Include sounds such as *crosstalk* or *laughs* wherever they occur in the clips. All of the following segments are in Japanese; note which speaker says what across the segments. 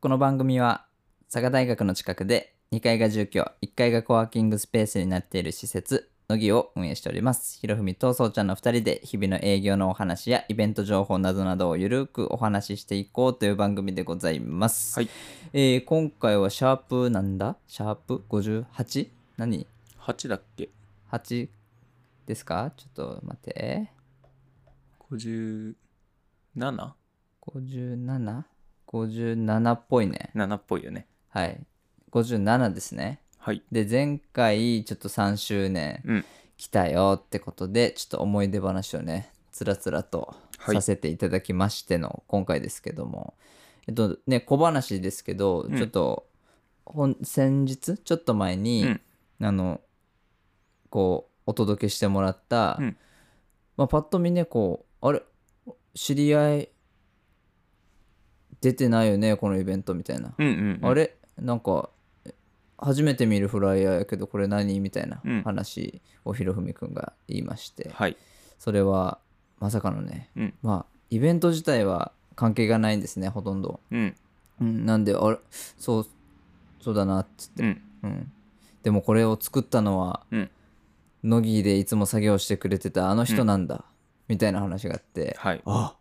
Speaker 1: この番組は佐賀大学の近くで2階が住居1階がコワーキングスペースになっている施設のぎを運営しておりますひろふみとそうちゃんの2人で日々の営業のお話やイベント情報などなどをゆるくお話ししていこうという番組でございます、
Speaker 2: はい
Speaker 1: えー今回はシャープなんだシャープ 58? 何
Speaker 2: 8だっけ
Speaker 1: 8ですかちょっと待って。
Speaker 2: 57?7
Speaker 1: 57?57 57っぽいね。
Speaker 2: っぽいよね。
Speaker 1: はい。57ですね。
Speaker 2: はい。
Speaker 1: で、前回ちょっと3周
Speaker 2: う
Speaker 1: 年
Speaker 2: ん
Speaker 1: 来たよってことで、ちょっと思い出話をね、つらつらと
Speaker 2: はい
Speaker 1: させていただきましての、今回ですけども。えっとね、小話ですけど、
Speaker 2: うん
Speaker 1: ちょっと、ほん先日ちょっと前に、
Speaker 2: うん
Speaker 1: あのこうお届けしてもらった、
Speaker 2: うん
Speaker 1: まあ、パッと見ねこうあれ知り合い出てないよねこのイベントみたいな、
Speaker 2: うんうん、うん。
Speaker 1: あれなんか初めて見るフライヤーやけどこれ何みたいな
Speaker 2: うん
Speaker 1: 話をひろふみくんが言いまして、
Speaker 2: はい。
Speaker 1: それはまさかのね、
Speaker 2: うん
Speaker 1: まあイベント自体は関係がないんですねほとんど、
Speaker 2: うん。
Speaker 1: うん、なんであれそうそうだなっつって
Speaker 2: うん。
Speaker 1: うん、でもこれを作ったのは、
Speaker 2: うん
Speaker 1: 乃木でいつも作業してくれてたあの人なんだ、みたいな話があって
Speaker 2: はい。
Speaker 1: あ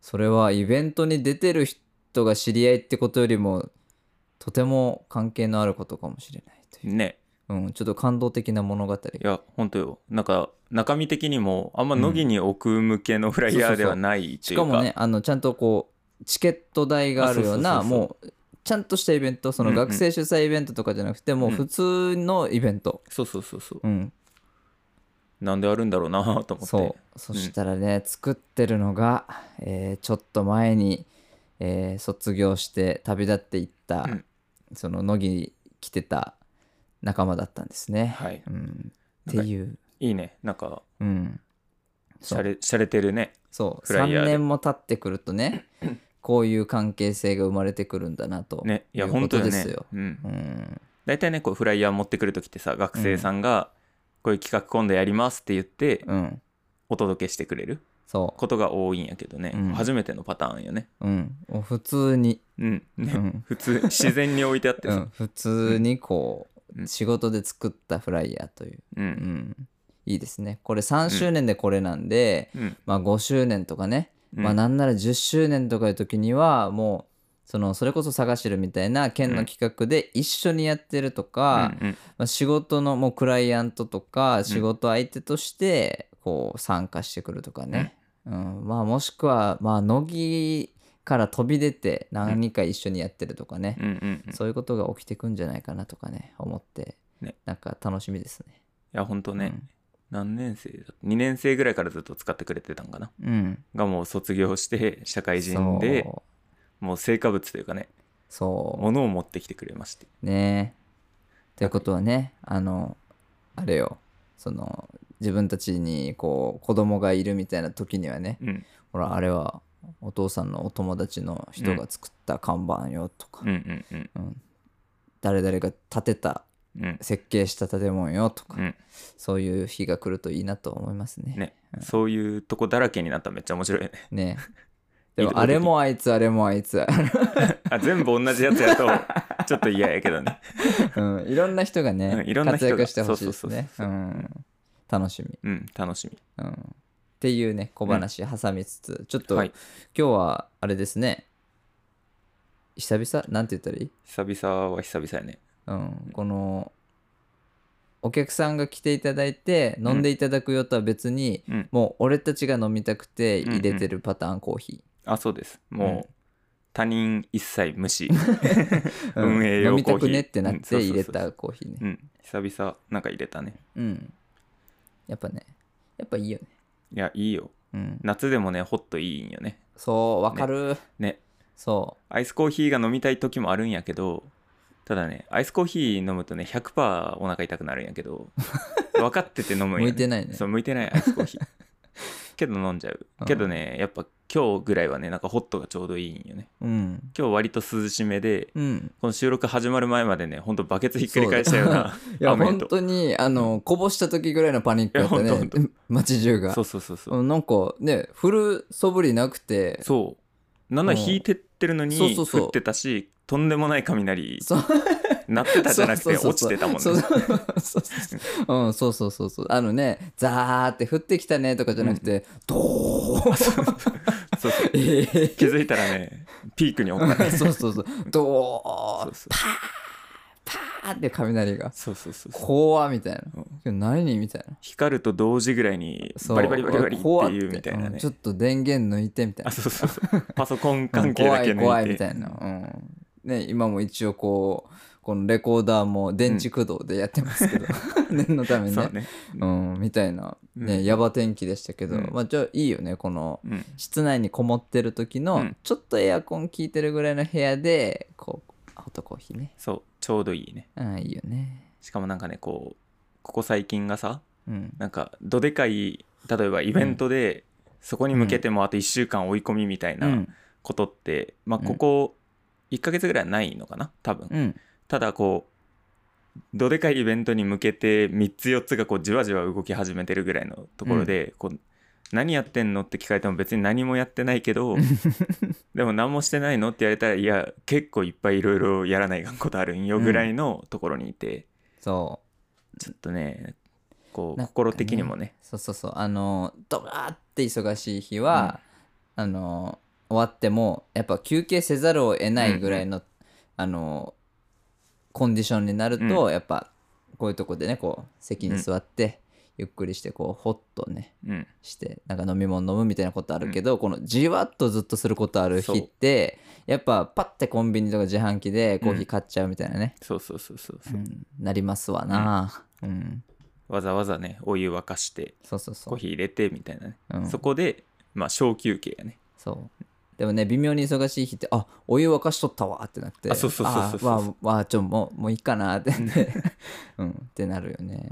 Speaker 1: それはイベントに出てる人が知り合いってことよりもとても関係のあることかもしれないという、
Speaker 2: ね。
Speaker 1: うん、ちょっと感動的な物語が
Speaker 2: いや、本当よ。なんか、中身的にも、あんま乃木に置く向けのフライヤーではないって
Speaker 1: し
Speaker 2: いうか。
Speaker 1: かもねあのちゃんとこうチケット代があるような
Speaker 2: あそうそうそう
Speaker 1: もうちゃんとしたイベントその
Speaker 2: うんうん
Speaker 1: 学生主催イベントとかじゃなくて、もう普通のイベント、
Speaker 2: そうそうそうそう。
Speaker 1: うん、
Speaker 2: なんであるんだろうなと思って。
Speaker 1: そうそしたらね、作ってるのが、えーちょっと前に、えー卒業して旅立っていった、
Speaker 2: うん
Speaker 1: その乃木に来てた仲間だったんですね、
Speaker 2: はい
Speaker 1: うん、っ
Speaker 2: な
Speaker 1: て
Speaker 2: んか
Speaker 1: いう
Speaker 2: いいね。なんか、
Speaker 1: うん
Speaker 2: し
Speaker 1: そ
Speaker 2: ゃ
Speaker 1: う
Speaker 2: れ、しゃれてるね。
Speaker 1: そう
Speaker 2: フライヤー
Speaker 1: 3
Speaker 2: で
Speaker 1: 年も経ってくると
Speaker 2: *clears throat*
Speaker 1: ねこういう関係性が生まれてくるんだなと
Speaker 2: ね。いや、
Speaker 1: いうこ
Speaker 2: 本当
Speaker 1: と
Speaker 2: よ
Speaker 1: です
Speaker 2: ね
Speaker 1: よ。
Speaker 2: うん
Speaker 1: う。ん
Speaker 2: 大体ね、こう、フライヤー持ってくるときってさ、学生さんが、こういう企画今度やりますって言って、
Speaker 1: うん
Speaker 2: お届けしてくれる
Speaker 1: そ
Speaker 2: ことが多いんやけどね。
Speaker 1: うん
Speaker 2: 初めてのパターンよね。
Speaker 1: う、うん、もう普通に、
Speaker 2: うん。ね
Speaker 1: うん
Speaker 2: 普通、自然に置いてあって
Speaker 1: う
Speaker 2: さ
Speaker 1: ん。、普通にこう、
Speaker 2: うん
Speaker 1: 仕事で作ったフライヤーという
Speaker 2: う。
Speaker 1: うんん、いいですね。これ3周年でこれなんで、
Speaker 2: うん。
Speaker 1: まあ5周年とかね、
Speaker 2: うん
Speaker 1: まあなんなら10周年とかいう時にはもうそのそれこそ探してるみたいな県の企画で一緒にやってるとか、
Speaker 2: うんうん
Speaker 1: まあ、仕事のもうクライアントとか仕事相手としてこう参加してくるとかね、うんまあもしくはまあ乃木から飛び出て何か一緒にやってるとかね、
Speaker 2: うんうんうん。い
Speaker 1: そういうことが起きてくんじゃないかなとかね思って、
Speaker 2: ね
Speaker 1: なんか楽しみですね。
Speaker 2: や、ほんとね。
Speaker 1: うん
Speaker 2: 何年生だ2年生ぐらいからずっと使ってくれてたんかな
Speaker 1: うん、
Speaker 2: がもう卒業して社会人で
Speaker 1: そう
Speaker 2: もう成果物というかね
Speaker 1: そ
Speaker 2: 物を持ってきてくれまして
Speaker 1: うねということはねあのあれよその自分たちにこう子供がいるみたいな時にはね
Speaker 2: うん
Speaker 1: ほらあれはお父さんのお友達の人が作った看板よとか、
Speaker 2: うんうんうん
Speaker 1: うん誰々が建てた
Speaker 2: うん
Speaker 1: 設計した建物よとか、
Speaker 2: うん
Speaker 1: そういう日が来るといいなと思いますね。
Speaker 2: ねそういうとこだらけになったらめっちゃ面白いよ *laughs* ね
Speaker 1: ねでもあれもあいつあれもあいつ、
Speaker 2: あ全部同じやつやとちょっと嫌やけどね
Speaker 1: うん、いろんな人がね、
Speaker 2: うんいろんな人が
Speaker 1: 活躍してほしいですね。う
Speaker 2: そうそうそうそうん
Speaker 1: 楽しみ。
Speaker 2: うん楽しみ
Speaker 1: うん、っていうね小話挟みつつ、ちょっと、
Speaker 2: はい
Speaker 1: 今日はあれですね久々なんて言ったらいい、
Speaker 2: 久々は久々やね
Speaker 1: うん、このお客さんが来ていただいて飲んでいただくよとは別に、
Speaker 2: うん
Speaker 1: もう俺たちが飲みたくて
Speaker 2: うんうん
Speaker 1: 入れてるパターンコーヒ
Speaker 2: あそうです
Speaker 1: うん
Speaker 2: もう他人一切無
Speaker 1: *laughs*
Speaker 2: 視
Speaker 1: ー、うん
Speaker 2: 運営用
Speaker 1: 飲
Speaker 2: コーヒ
Speaker 1: みたく
Speaker 2: ー
Speaker 1: ねってなっ
Speaker 2: うんそ
Speaker 1: て
Speaker 2: うそう
Speaker 1: 入
Speaker 2: そう
Speaker 1: れたコーヒーね
Speaker 2: うん久々なんか入れたね
Speaker 1: うんやっぱねやっぱいいよね
Speaker 2: いやいいよ
Speaker 1: うん
Speaker 2: 夏でもねホットいいんよね
Speaker 1: そうわかる、
Speaker 2: ね
Speaker 1: そ
Speaker 2: アイスコーヒーが飲みたい時もあるんやけどただねアイスコーヒー飲むとね100%お腹痛くなるんや
Speaker 1: *laughs*
Speaker 2: けど分かってて飲むん
Speaker 1: 向
Speaker 2: や、
Speaker 1: いてないね
Speaker 2: そう向いてないアイスコー
Speaker 1: *laughs*
Speaker 2: ヒーけど飲んじゃう
Speaker 1: うん
Speaker 2: けどねやっぱ今日ぐらいはねなんかホットがちょうどいいんよね
Speaker 1: ううん
Speaker 2: 今日割と涼しめで
Speaker 1: うん
Speaker 2: この収録始まる前までねほんとバケツひっくり返したような
Speaker 1: いや
Speaker 2: 雨と
Speaker 1: 本当にあのこぼした時ぐらいのパニックだった
Speaker 2: いや本当
Speaker 1: ね街中が
Speaker 2: そうそうそうそう、
Speaker 1: うんなんかね降る素振りなくて
Speaker 2: そうなんなら引いてってるのに
Speaker 1: そうそうそう
Speaker 2: 降ってたしとんでもない雷
Speaker 1: そう
Speaker 2: 鳴ってたじゃなくて
Speaker 1: そうそ
Speaker 2: 落ち
Speaker 1: うそう
Speaker 2: てたもんね
Speaker 1: そうそうそうそううんそうそうそうそうあのねザーって降ってきたねとかじゃなくて、ドーン
Speaker 2: *laughs* そうそう
Speaker 1: えー
Speaker 2: 気づいたらねピークに置かれて
Speaker 1: そうそうそうドー
Speaker 2: そ
Speaker 1: ン
Speaker 2: うそう
Speaker 1: パーって雷が
Speaker 2: そうそうそうそう
Speaker 1: 怖っみたいな
Speaker 2: うん
Speaker 1: 今日何みたいな
Speaker 2: 光ると同時ぐらいに
Speaker 1: そう
Speaker 2: バリバリバリバリって
Speaker 1: 怖
Speaker 2: いうみたいな
Speaker 1: うん
Speaker 2: ね
Speaker 1: ちょっと電源抜いてみたい
Speaker 2: あ
Speaker 1: な
Speaker 2: そうそうそうパソコン関係だけ抜いて、
Speaker 1: うん怖い怖いみたいな、うんね、今も一応こうこのレコーダーも電池駆動でやってますけど、 *laughs* 念のために
Speaker 2: そ
Speaker 1: ね
Speaker 2: うね
Speaker 1: うん、みたいな、ね
Speaker 2: うん
Speaker 1: ヤバ天気でしたけど、
Speaker 2: うん
Speaker 1: まあ、じゃあいいよねこの
Speaker 2: うん
Speaker 1: 室内にこもってる時
Speaker 2: う
Speaker 1: の
Speaker 2: ん
Speaker 1: ちょっとエアコン効いてるぐらいの部屋でこうホットコーヒーね
Speaker 2: そうちょうどいいね
Speaker 1: あいいよね
Speaker 2: しかもなんかねこうここ最近がさ
Speaker 1: うん
Speaker 2: なんかどでかい例えばイベントで、そこに向けてもあと1週間追い込みみたいうなんことって、まあ
Speaker 1: うん
Speaker 2: ここ1ヶ月ぐらいはないのかな多分、
Speaker 1: うん
Speaker 2: ただこうどでかいイベントに向けて3つ4つがこうじわじわ動き始めてるぐらいのところで、こう何やってんのって聞かれても別に何もやってない
Speaker 1: *laughs*
Speaker 2: けどでも何もしてないのって言われたらいや結構いっぱいいろいろやらないことあるんよぐらいのところにいて、
Speaker 1: そう
Speaker 2: ちょっとねこう
Speaker 1: なんかね
Speaker 2: 心的にもね
Speaker 1: そうそうそうあのドバーって忙しい日は、あの終わってもやっぱ休憩せざるを得ないぐらいの、あのコンディションになると、やっぱこういうとこでねこう席に座って、ゆっくりしてこうホッとね
Speaker 2: うん
Speaker 1: してなんか飲み物飲むみたいなことあるけど、このじわっとずっとすることある日ってやっぱパッてコンビニとか自販機でコーヒー買っちゃうみたいなね、
Speaker 2: そうそうそうそうそううん
Speaker 1: なりますわな、うん、
Speaker 2: わざわざねお湯沸かして
Speaker 1: そうそうそう
Speaker 2: コーヒー入れてみたいなね、
Speaker 1: うん
Speaker 2: そこでまあ小休憩やね
Speaker 1: そうでもね微妙に忙しい日ってあお湯沸かしとったわってなって
Speaker 2: あそうそうそうそうそう
Speaker 1: あわあわあちょもうもういいかなってなって *laughs* うんってなるよね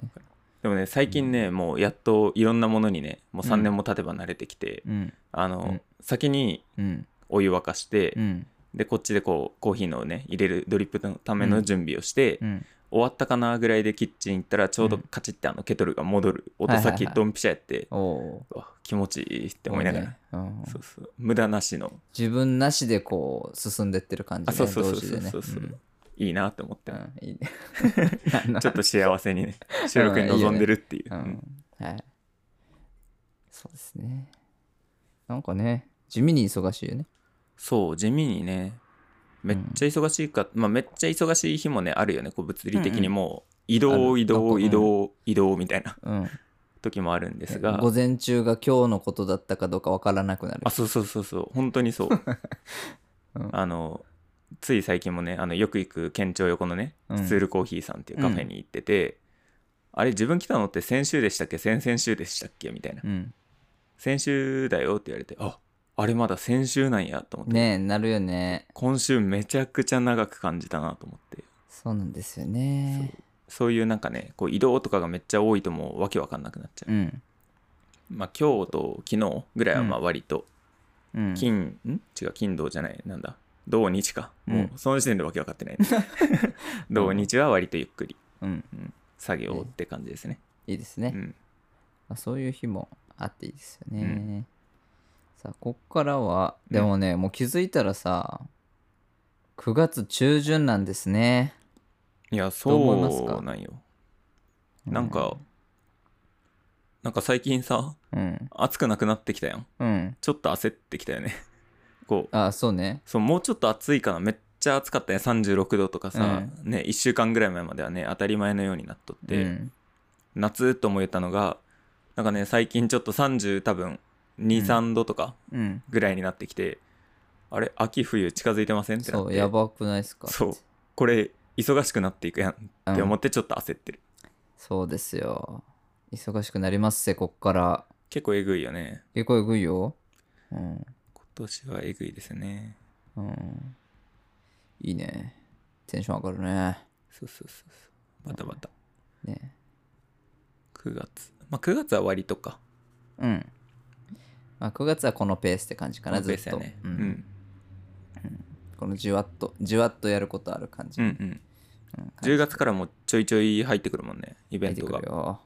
Speaker 2: でもね最近ね、もうやっといろんなものにねもう3
Speaker 1: うん
Speaker 2: 年も経てば慣れてきて、
Speaker 1: うん
Speaker 2: あの、
Speaker 1: うん
Speaker 2: 先に
Speaker 1: うん
Speaker 2: お湯沸かして、
Speaker 1: うん
Speaker 2: でこっちでこうコーヒーのね入れるドリップのための準備をして、
Speaker 1: うん
Speaker 2: 終わったかなぐらいでキッチン行ったらちょうど
Speaker 1: うん
Speaker 2: カチッてあのケトルが戻る音
Speaker 1: はいはい
Speaker 2: 先
Speaker 1: はい
Speaker 2: ドンピシャやって、
Speaker 1: おお
Speaker 2: うわ気持ちいいって思いながら、
Speaker 1: うん
Speaker 2: そうそう無駄なしの
Speaker 1: 自分なしでこう進んでってる感
Speaker 2: あ
Speaker 1: じ
Speaker 2: そう
Speaker 1: ね
Speaker 2: そうそ
Speaker 1: 同
Speaker 2: う
Speaker 1: 時
Speaker 2: そ
Speaker 1: で
Speaker 2: う
Speaker 1: ね
Speaker 2: そうそう、いいなって思って、
Speaker 1: うんうんいいね
Speaker 2: *laughs*
Speaker 1: あの
Speaker 2: ちょっと幸せに
Speaker 1: *laughs*
Speaker 2: ね収録に臨んでるってい
Speaker 1: う
Speaker 2: う、うん
Speaker 1: んはいそうですねなんかね地味に忙しいよね
Speaker 2: そう地味にねめっちゃ忙しいか、まあめっちゃ忙しい日もねあるよねこう物理的にもう移
Speaker 1: あの
Speaker 2: 動移
Speaker 1: なん
Speaker 2: 動
Speaker 1: か
Speaker 2: 移動移動みたいな
Speaker 1: うん
Speaker 2: 時もあるんですが
Speaker 1: 午前中が今日のことだったかどうかわからなくなる
Speaker 2: あそうそうそうそう本当にそう、
Speaker 1: *laughs* うん
Speaker 2: あのつい最近もねあのよく行く県庁横のね、
Speaker 1: うん
Speaker 2: スツールコーヒーさんっていうカフェに行ってて、あれ自分来たのって先週でしたっけ先々週でしたっけみたいな、
Speaker 1: うん
Speaker 2: 先週だよって言われてああれまだ先週なんやと思って、
Speaker 1: ねえなるよね
Speaker 2: 今週めちゃくちゃ長く感じたなと思って
Speaker 1: そうなんですよね
Speaker 2: そういうなんかねこう移動とかがめっちゃ多いともうわけわかんなくなっちゃう、
Speaker 1: うん
Speaker 2: まあ今日と昨日ぐらいはまあ割と
Speaker 1: うん
Speaker 2: 金、ん違う金土じゃないなんだ土日か、
Speaker 1: うん
Speaker 2: もうその時点でわけわかってない、
Speaker 1: *laughs*
Speaker 2: ね、土日は割とゆっくり
Speaker 1: うん
Speaker 2: 作業って感じですね、
Speaker 1: いいですね、
Speaker 2: うん
Speaker 1: まあ、そういう日もあっていいですよね、
Speaker 2: うん
Speaker 1: さあこっからは
Speaker 2: うん
Speaker 1: でもね、もう気づいたらさ9月中旬なんですね
Speaker 2: いや
Speaker 1: どう思いますか
Speaker 2: そうなんよなんか、なんか最近さ
Speaker 1: うん
Speaker 2: 暑くなくなってきたやん
Speaker 1: うん
Speaker 2: ちょっと焦ってきたよね *laughs* こう
Speaker 1: あそうね
Speaker 2: そうもうちょっと暑いかなめっちゃ暑かったね36度とかさ、ね1週間ぐらい前まではね当たり前のようになっとって、
Speaker 1: うん
Speaker 2: 夏と思えたのがなんかね最近ちょっと30多分23、度とか
Speaker 1: うん、
Speaker 2: ぐらいになってきてあれ秋冬近づいてませんってな
Speaker 1: そ
Speaker 2: っ
Speaker 1: う
Speaker 2: て
Speaker 1: やばくないですか
Speaker 2: そうこれ忙しくなっていくやん
Speaker 1: うん
Speaker 2: って思ってちょっと焦ってる、
Speaker 1: そうですよ忙しくなりますせこっから
Speaker 2: 結構えぐいよね
Speaker 1: 結構えぐいようん
Speaker 2: 今年はえぐいですね
Speaker 1: うん。いいね。テンション上がるね。
Speaker 2: そうそうそうそうバタバタ
Speaker 1: ね。
Speaker 2: 9月まあ9月は割とか
Speaker 1: うん。まあ、9月はこのペースって感じかな、
Speaker 2: この
Speaker 1: ず
Speaker 2: ペ
Speaker 1: っ
Speaker 2: ースや
Speaker 1: と。
Speaker 2: ね
Speaker 1: う
Speaker 2: うんん
Speaker 1: このじわっと、じわっとやることある感じ。
Speaker 2: うんうん
Speaker 1: うん
Speaker 2: 10月からもちょいちょい入ってくるもんねイベ
Speaker 1: 入っ
Speaker 2: ン
Speaker 1: て
Speaker 2: ト
Speaker 1: く
Speaker 2: が
Speaker 1: るよ。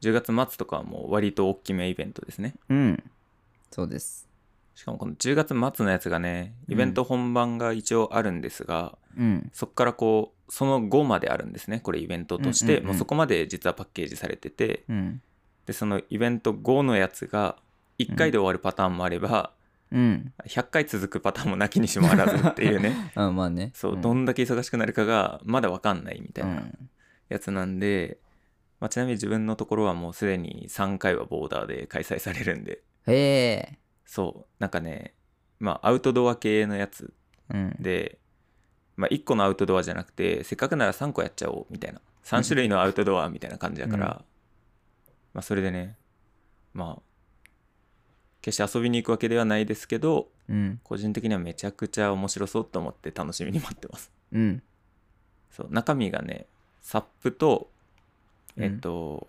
Speaker 2: 10月末とかはもう割と大きめイベントですね
Speaker 1: うん。そうです。
Speaker 2: しかもこの10月末のやつがねイベント本番が一応あるんですが、
Speaker 1: うん。
Speaker 2: そこからこうその後まであるんですねこれイベントとし
Speaker 1: う
Speaker 2: て、
Speaker 1: んうんうん
Speaker 2: もうそこまで実はパッケージされてて
Speaker 1: うん。
Speaker 2: でそのイベント後のやつが1回で終わるパターンもあれば、
Speaker 1: うん。
Speaker 2: 100回続くパターンもなきにしもあらずっていうね
Speaker 1: あまあね。
Speaker 2: そう、
Speaker 1: ん。
Speaker 2: どんだけ忙しくなるかがまだ分かんないみたいうなんやつなんで、まあ、ちなみに自分のところはもうすでに3回はボーダーで開催されるんで
Speaker 1: へえ。
Speaker 2: そうなんかねまあアウトドア系のやつ
Speaker 1: うん。
Speaker 2: で、まあ、1個のアウトドアじゃなくてせっかくなら3個やっちゃおうみたいな3種類のアウトドアみたいな感じだから、
Speaker 1: うん
Speaker 2: まあ、それでねまあ決して遊びに行くわけではないですけど
Speaker 1: うん。
Speaker 2: 個人的にはめちゃくちゃ面白そうと思って楽しみに待ってます
Speaker 1: うん。
Speaker 2: そう中身がねサップと
Speaker 1: うん
Speaker 2: えっと、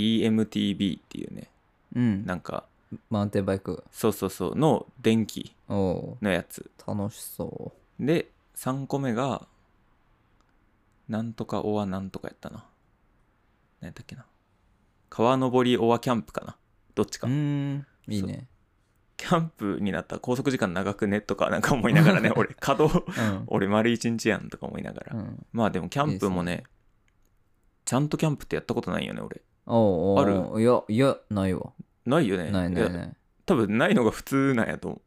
Speaker 2: EMTB っていうね
Speaker 1: うん。
Speaker 2: なんか
Speaker 1: マウンテンバイク。
Speaker 2: そうそうそうの電気
Speaker 1: おお。
Speaker 2: のやつ
Speaker 1: 楽しそ
Speaker 2: で3個目がなんとかオアなんとかやったな何やったっけな川登りオアキャンプかなどっち
Speaker 1: う。
Speaker 2: か
Speaker 1: うん。いいね。
Speaker 2: キャンプになったら拘束時間長くねとかなんか思いなが
Speaker 1: *laughs*
Speaker 2: らね俺稼働
Speaker 1: うん。
Speaker 2: 俺丸一日やんとか思いながら、
Speaker 1: うん。
Speaker 2: まあでもキャンプもねちゃんとキャンプってやったことないよね俺
Speaker 1: おうおうおういや、いや、ないわ。
Speaker 2: ないよね
Speaker 1: ないない
Speaker 2: いや
Speaker 1: ない。
Speaker 2: 多分ないのが普通なんやと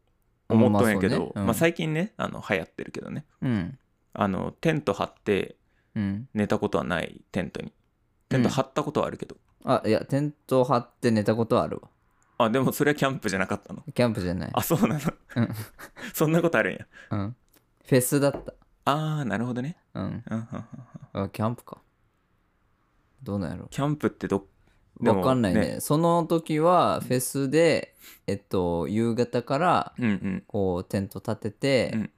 Speaker 1: あまあ
Speaker 2: 思ったんやけど、まあ
Speaker 1: そうねうん
Speaker 2: 最近ねあの流行ってるけどね
Speaker 1: うん。
Speaker 2: あのテント張って
Speaker 1: うん。
Speaker 2: 寝たことはないテントにテント張ったことはあるけど、
Speaker 1: あ、いや、テント張って寝たことはあるわ。
Speaker 2: あでもそれはキャンプじゃなかったの
Speaker 1: キャンプじゃない。
Speaker 2: あそうなの *laughs*
Speaker 1: うん。
Speaker 2: そんなことあるんや
Speaker 1: うん。フェスだった。
Speaker 2: あーなるほどね、
Speaker 1: うん。
Speaker 2: うんうんうんうん
Speaker 1: あ、キャンプか。どうなんやろ。
Speaker 2: キャンプってどでも
Speaker 1: わかんないね
Speaker 2: ね
Speaker 1: その時はフェスで、えっと、夕方から
Speaker 2: うんうん
Speaker 1: こうテント立てて、
Speaker 2: うん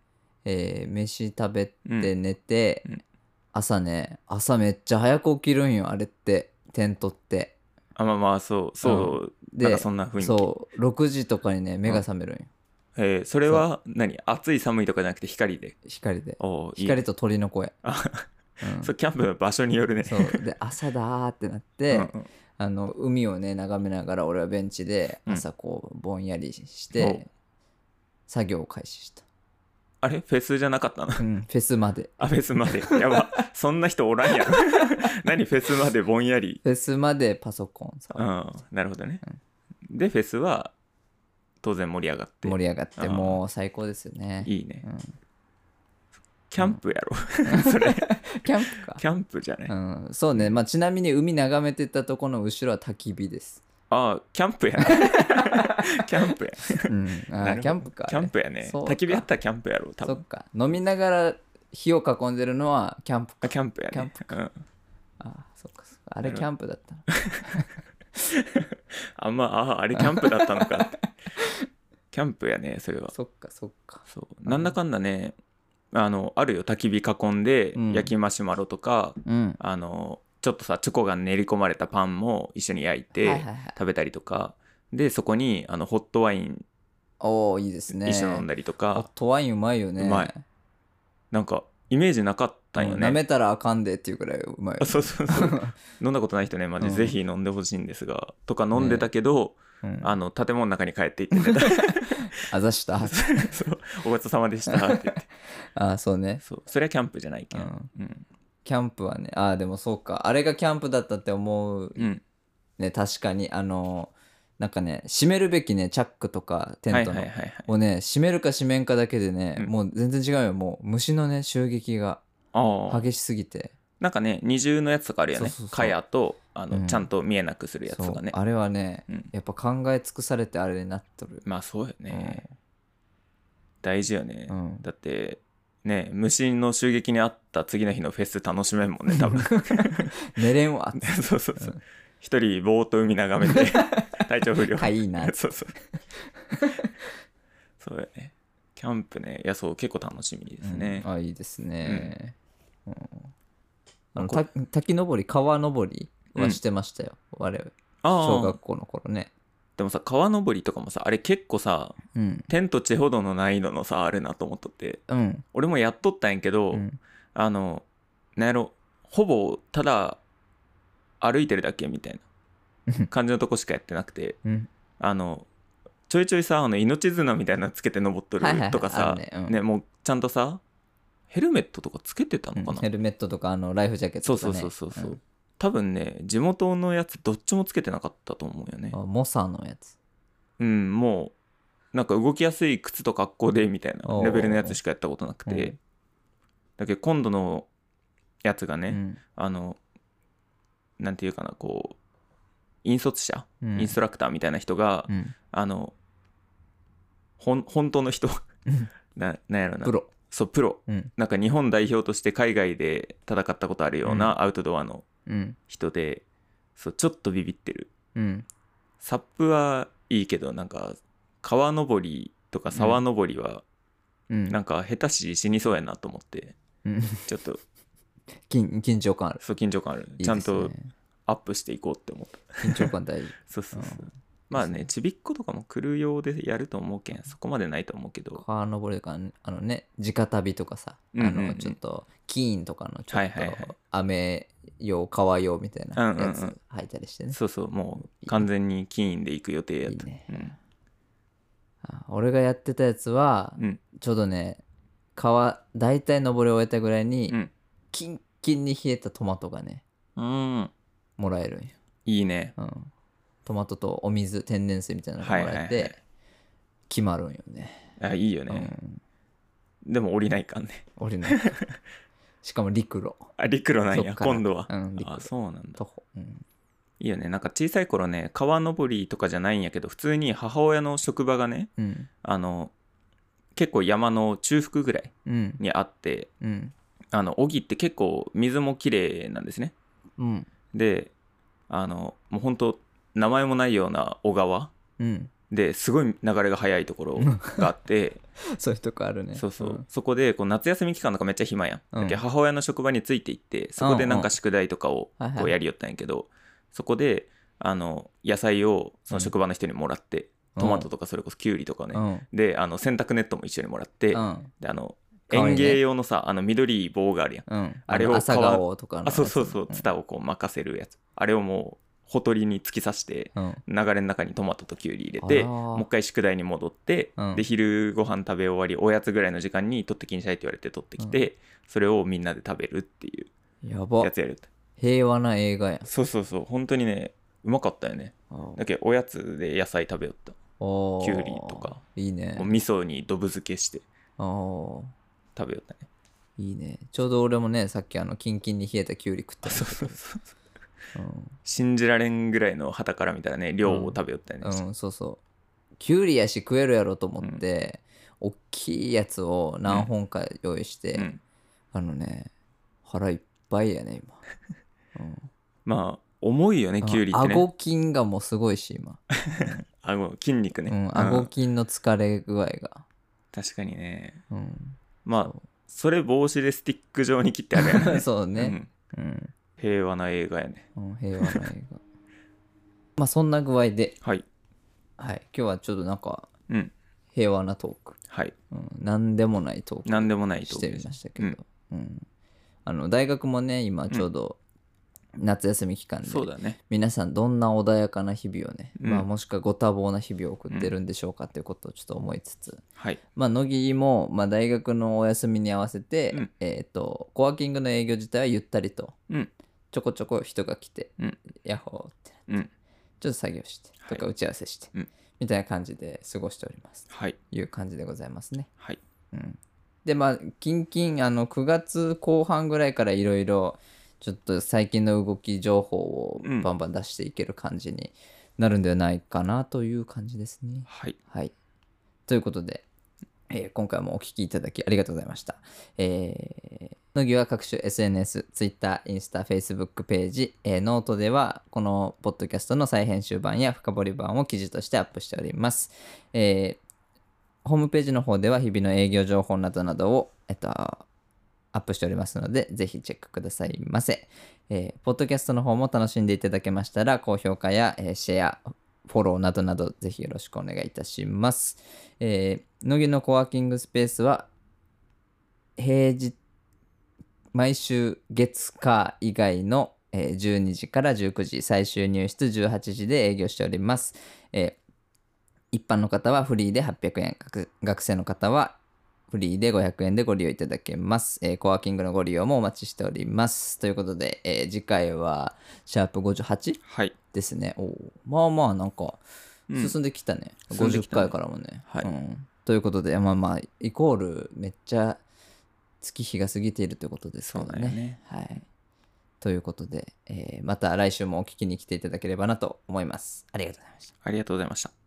Speaker 1: えー飯食べて
Speaker 2: うん
Speaker 1: 寝て、
Speaker 2: うん
Speaker 1: 朝ね朝めっちゃ早く起きるんよあれってテントって
Speaker 2: あまあまあそうそう、
Speaker 1: で
Speaker 2: なんかそんな雰囲気
Speaker 1: そう6時とかにね目が覚めるんよ、
Speaker 2: えーそれは何暑い寒いとかじゃなくて光で
Speaker 1: 光で
Speaker 2: おーいいね
Speaker 1: 光と鳥の声、
Speaker 2: あ
Speaker 1: うん
Speaker 2: そうキャンプの場所によるね
Speaker 1: そうで朝だーってなって、
Speaker 2: うんうん
Speaker 1: あの海をね眺めながら俺はベンチで
Speaker 2: うん
Speaker 1: 朝こうぼんやりし
Speaker 2: お
Speaker 1: て
Speaker 2: う
Speaker 1: 作業を開始した、
Speaker 2: あれフェスじゃなかったの
Speaker 1: うん、フェスまで
Speaker 2: あフェスまでや
Speaker 1: *laughs*
Speaker 2: ばそんな人おらんやろ何フェスまでぼんやり
Speaker 1: フェスまでパソコン
Speaker 2: う
Speaker 1: 触っ、
Speaker 2: んなるほどね、でフェスは当然盛り上がってて
Speaker 1: 盛り上がって
Speaker 2: うん
Speaker 1: もう最高ですよね
Speaker 2: いいね、
Speaker 1: うん
Speaker 2: キャンプやろそれ
Speaker 1: キャンプか
Speaker 2: キャンプじゃない、あ
Speaker 1: うん、そうね、まあ、ちなみに海眺めてたとこの後ろは焚き火です、
Speaker 2: あキャン
Speaker 1: *laughs*
Speaker 2: プやなキャンプや
Speaker 1: うん、あ
Speaker 2: な
Speaker 1: ー
Speaker 2: るほど
Speaker 1: キャンプかあれ
Speaker 2: キャンプやね
Speaker 1: そうか
Speaker 2: 焚き火あったらキャンプやろ多
Speaker 1: そ
Speaker 2: 分
Speaker 1: っか飲みながら火を囲んでるのはキャンプ
Speaker 2: あキャンプやね
Speaker 1: キャンプ
Speaker 2: うん、
Speaker 1: あーそっかそっかあれ
Speaker 2: なるほど
Speaker 1: キャンプだ
Speaker 2: *laughs*
Speaker 1: ったの
Speaker 2: あんまあああれキャンプだったのかって
Speaker 1: *laughs*
Speaker 2: キャンプやねそれは
Speaker 1: そっかそっか
Speaker 2: そうなんだかんだねあのあるよ焚き火囲んで
Speaker 1: うん
Speaker 2: 焼きマシュマロとか、
Speaker 1: うん
Speaker 2: あのちょっとさチョコが練り込まれたパンも一緒に焼い
Speaker 1: はい
Speaker 2: て
Speaker 1: はいはい
Speaker 2: 食べたりとか、でそこにあのホットワイン
Speaker 1: おおいいですね
Speaker 2: 一緒に飲んだりと
Speaker 1: ホ
Speaker 2: か
Speaker 1: ッ、トワインうまいよね
Speaker 2: うまいなんかイメージなかったんよ
Speaker 1: うん舐め
Speaker 2: ね
Speaker 1: たらあかんでっていうくらいうまいよ
Speaker 2: あ *laughs* そうそうそう
Speaker 1: *laughs*
Speaker 2: 飲んだことない人ねマジ
Speaker 1: うん
Speaker 2: ぜひ飲んでほしいんですが、とか飲んでたけど、
Speaker 1: うん
Speaker 2: あの建物の中に帰っていっ
Speaker 1: *laughs*
Speaker 2: て寝た
Speaker 1: あざした
Speaker 2: そうおごちそうさまでしたって言って
Speaker 1: あそうね
Speaker 2: そうそれはキャンプじゃないけん、
Speaker 1: う
Speaker 2: うんん
Speaker 1: キャンプはねあーでもそうかあれがキャンプだったって思う
Speaker 2: うん
Speaker 1: ね確かにあのなんかね閉めるべきねチャックとかテ
Speaker 2: はい
Speaker 1: ン
Speaker 2: は
Speaker 1: ト
Speaker 2: い
Speaker 1: の、
Speaker 2: はいはい
Speaker 1: をね閉めるか閉めんかだけでね、
Speaker 2: うん
Speaker 1: もう全然違うよもう虫のね襲撃が
Speaker 2: ああ
Speaker 1: 激しすぎて
Speaker 2: なんかね二重のやつとかあるよね
Speaker 1: そうそうそう
Speaker 2: かやとあの、
Speaker 1: うん
Speaker 2: ちゃんと見えなくするやつとかね
Speaker 1: そうあれはね、
Speaker 2: うん
Speaker 1: やっぱ考え尽くされてあれになっとる、
Speaker 2: まあそうよね、大事よね、
Speaker 1: うん
Speaker 2: だってね虫の襲撃にあった次の日のフェス楽しめんも
Speaker 1: *laughs*
Speaker 2: んね多分 *laughs*
Speaker 1: 寝れんわ
Speaker 2: そうそうそうう一、人ぼーっと海眺めて
Speaker 1: *laughs*
Speaker 2: 体調不良
Speaker 1: かいい
Speaker 2: *laughs*
Speaker 1: な
Speaker 2: そうそうそうよねキャンプねいやそう結構楽しみですね、
Speaker 1: うんあいいですね、うんあのた
Speaker 2: こ
Speaker 1: 滝登り川登りはしてましたよ、我々小
Speaker 2: ああ
Speaker 1: 学校の頃ね
Speaker 2: でもさ川登りとかもさあれ結構さ
Speaker 1: うん
Speaker 2: 天と地ほどの難易度のさあるなと思っとって
Speaker 1: うん、
Speaker 2: 俺もやっとったんやけど、
Speaker 1: うん、
Speaker 2: あのなんやろほぼただ歩いてるだけみたいな感じのとこしかやってなくて
Speaker 1: うん
Speaker 2: あのちょいちょいさあの命綱みたいなのつけて登っとる
Speaker 1: はいはいはい
Speaker 2: とかさ、
Speaker 1: あるねうん
Speaker 2: もうちゃんとさヘルメットとかつけてたのかな、
Speaker 1: ヘルメットとかあのライフジャケッ
Speaker 2: そ
Speaker 1: トとか、
Speaker 2: うそう
Speaker 1: ね、
Speaker 2: そうそうそう、
Speaker 1: ん
Speaker 2: 多分ね地元のやつどっちもつけてなかったと思うよね
Speaker 1: あモサのやつ
Speaker 2: うんもうなんか動きやすい靴と格好でみたいな
Speaker 1: おー
Speaker 2: レベルのやつしかやったことなくて、
Speaker 1: うん
Speaker 2: だけど今度のやつがね、
Speaker 1: うん
Speaker 2: あのなんていうかなこう引率者、
Speaker 1: うん
Speaker 2: インストラクターみたいな人が、
Speaker 1: うん
Speaker 2: あのほん本当の人
Speaker 1: うん
Speaker 2: *laughs* ななんやろな
Speaker 1: プロ
Speaker 2: そうプロ
Speaker 1: うん
Speaker 2: なんか日本代表として海外で戦ったことあるようなアウトドアの
Speaker 1: うん
Speaker 2: 人で、そうちょっとビビってる
Speaker 1: うん
Speaker 2: サップはいいけどなんか川登りとか沢登りは
Speaker 1: うん
Speaker 2: なんか下手し死にそうやなと思って、
Speaker 1: うん *laughs*
Speaker 2: ちょっと
Speaker 1: 緊 *laughs* 緊張感ある
Speaker 2: そう緊張感ある
Speaker 1: *laughs* いい
Speaker 2: ちゃん
Speaker 1: ですね
Speaker 2: とアップしていこうって思った
Speaker 1: 緊張感大事
Speaker 2: そうそうそう
Speaker 1: う
Speaker 2: まあねちびっことかも来る用でやると思うけんそこまでないと思うけど
Speaker 1: 川登りとかあのね直旅とかさあ
Speaker 2: うんうんう
Speaker 1: の
Speaker 2: ん
Speaker 1: ちょっとキーンとかのちょ
Speaker 2: はい
Speaker 1: っ
Speaker 2: はいはい
Speaker 1: と雨用川用みたいなや
Speaker 2: うんうんう
Speaker 1: つ履いたりしてね
Speaker 2: そうそうもう完全にキーンで行く予定やった
Speaker 1: いいね
Speaker 2: うん
Speaker 1: あ俺がやってたやつは
Speaker 2: うん
Speaker 1: ちょうどね川大体登り終えたぐらいに
Speaker 2: うん
Speaker 1: キンキンに冷えたトマトがね
Speaker 2: うん
Speaker 1: もらえるんよ
Speaker 2: いいね
Speaker 1: うん、トマトとお水天然水みたいなのがもらえ
Speaker 2: はいはいは
Speaker 1: て決まるんよね、
Speaker 2: あいいよね、でも降りないかんね *laughs*
Speaker 1: うん、俺なんかしかも陸路
Speaker 2: あ陸路なん
Speaker 1: そ
Speaker 2: や
Speaker 1: っから
Speaker 2: 今度は、
Speaker 1: うん陸
Speaker 2: あ
Speaker 1: 路
Speaker 2: そうなんだ
Speaker 1: 徒歩、うん、
Speaker 2: いいよねなんか小さい頃ね川登りとかじゃないんやけど普通に母親の職場がね
Speaker 1: うん
Speaker 2: あの結構山の中腹ぐらい
Speaker 1: うん
Speaker 2: にあって
Speaker 1: うん
Speaker 2: あの小木って結構水も綺麗なんですね
Speaker 1: うん
Speaker 2: であのもうほんと名前もないような小川
Speaker 1: うん
Speaker 2: ですごい流れが速いところがあ
Speaker 1: *laughs*
Speaker 2: って、
Speaker 1: そういうとこあるね
Speaker 2: そうそう、そこでこう夏休み期間とかめっちゃ暇やん、
Speaker 1: うん
Speaker 2: だけど母親の職場について行ってそこでなんか宿題とかを
Speaker 1: うんうんはい
Speaker 2: こ
Speaker 1: は
Speaker 2: う
Speaker 1: い
Speaker 2: やりよったんやけど、そこであの野菜をその職場の人にもらって、トマト
Speaker 1: と
Speaker 2: とかそれこそキュウリとかね、
Speaker 1: うんうん
Speaker 2: であの洗濯ネットも一緒にもらって、
Speaker 1: うん
Speaker 2: であの
Speaker 1: 可愛い
Speaker 2: 園
Speaker 1: ね
Speaker 2: 芸用のさ、あの緑い棒があるやん
Speaker 1: うん、
Speaker 2: あれを
Speaker 1: の朝顔とかの
Speaker 2: あそうそうそう
Speaker 1: やつ
Speaker 2: ツタをこう任せるやつあれをもうほとりに突き刺して
Speaker 1: うんうん
Speaker 2: 流れの中にトマトとキュウリ入れて
Speaker 1: あら
Speaker 2: もう一回宿題に戻って、
Speaker 1: うん
Speaker 2: で昼ご飯食べ終わりおやつぐらいの時間に取ってきにしないって言われて取ってきて、それをみんなで食べるってい
Speaker 1: や
Speaker 2: う
Speaker 1: ば
Speaker 2: やつやるって
Speaker 1: 平和な映画やん
Speaker 2: そうそうそう本当にねうまかったよねだけどおやつで野菜食べよった
Speaker 1: おー
Speaker 2: きゅうりとか
Speaker 1: いいね
Speaker 2: もう味噌にどぶ漬けして
Speaker 1: おー
Speaker 2: 食べよったね
Speaker 1: いいねちょうど俺もねさっきあのキンキンに冷えたきゅうり食った
Speaker 2: あ
Speaker 1: んだ
Speaker 2: そう
Speaker 1: け
Speaker 2: そ
Speaker 1: ど
Speaker 2: うそう
Speaker 1: うん
Speaker 2: 信じられんぐらいの旗から見たらね量を食べよったよね、
Speaker 1: うん、そうそう。キュウリやし食えるやろと思って、おっきいやつを何本か用意して、
Speaker 2: うん
Speaker 1: あのね、腹いっぱいやね、
Speaker 2: *laughs*
Speaker 1: 今。うん
Speaker 2: まあ重いよねきゅうりってね
Speaker 1: 顎筋がもうすごいし、今。
Speaker 2: 顎筋肉ね、
Speaker 1: うん、
Speaker 2: う
Speaker 1: 顎
Speaker 2: ん
Speaker 1: 筋の疲れ具合が。
Speaker 2: 確かにね
Speaker 1: うん、 *laughs*
Speaker 2: まあそれ帽子でスティック状に切ってあるやん
Speaker 1: そう *laughs* ね、
Speaker 2: ん
Speaker 1: うん
Speaker 2: 平和な映画やね
Speaker 1: うん平和な映画。 *laughs* まあそんな具合で、
Speaker 2: はい
Speaker 1: はい、今日はちょっとなんか
Speaker 2: うん
Speaker 1: 平和なトーク、
Speaker 2: はい
Speaker 1: うん、何でもないトーク
Speaker 2: 何でもないと
Speaker 1: し
Speaker 2: 思
Speaker 1: て
Speaker 2: う
Speaker 1: みましたけど、うんあの大学もね今ちょうど夏休み期間で、
Speaker 2: そうだね
Speaker 1: 皆さんどんな穏やかな日々をね、
Speaker 2: うん
Speaker 1: まあ、もしくはご多忙な日々を送ってるんでしょうかということをちょっと思いつつ、
Speaker 2: はい
Speaker 1: まあ、乃木も、まあ、大学のお休みに合わせて、
Speaker 2: うん
Speaker 1: えっ、とコワーキングの営業自体はゆったりと
Speaker 2: うん
Speaker 1: ちょこちょこ人が来て、
Speaker 2: うん
Speaker 1: ヤッホーってなって
Speaker 2: うん
Speaker 1: ちょっと作業してとか
Speaker 2: は
Speaker 1: 打ち合わせして、
Speaker 2: うん
Speaker 1: みたいな感じで過ごしております
Speaker 2: はい
Speaker 1: という感じでございますね。
Speaker 2: はい
Speaker 1: うんでまあ近々あの9月後半ぐらいからいろいろちょっと最近の動き情報を
Speaker 2: うん
Speaker 1: バンバン出していける感じになるんではないかなという感じですね。
Speaker 2: はい
Speaker 1: はい、ということで、えー今回もお聞きいただきありがとうございました。えー、乃木は各種 SNS、Twitter、インスタ、Facebook ページ、えーノートではこのポッドキャストの再編集版や深掘り版を記事としてアップしております。えーホームページの方では日々の営業情報などなどを、えっと、アップしておりますので、ぜひチェックくださいませ。えーポッドキャストの方も楽しんでいただけましたら、高評価や、えーシェア、フォローなどなど、ぜひよろしくお願いいたします。えー、乃木のコワーキングスペースは、平日、毎週月火以外の、えー12時から19時、最終入室18時で営業しております。えー一般の方はフリーで800円学学生の方はフリーで500円でご利用いただけます、えーコワーキングのご利用もお待ちしておりますということで、えー次回はシャープ 58?
Speaker 2: はい
Speaker 1: ですねおーまあまあなんか
Speaker 2: うん
Speaker 1: 進んできたね、
Speaker 2: 進んで
Speaker 1: 50
Speaker 2: きたね
Speaker 1: 回からもね、
Speaker 2: はい
Speaker 1: うんということでまあまあイコールめっちゃ月日が過ぎているということですけ
Speaker 2: そう
Speaker 1: ど
Speaker 2: だ
Speaker 1: ね
Speaker 2: よね
Speaker 1: はいということで、えーまた来週もお聞きに来ていただければなと思いますありがとうございました
Speaker 2: ありがとうございました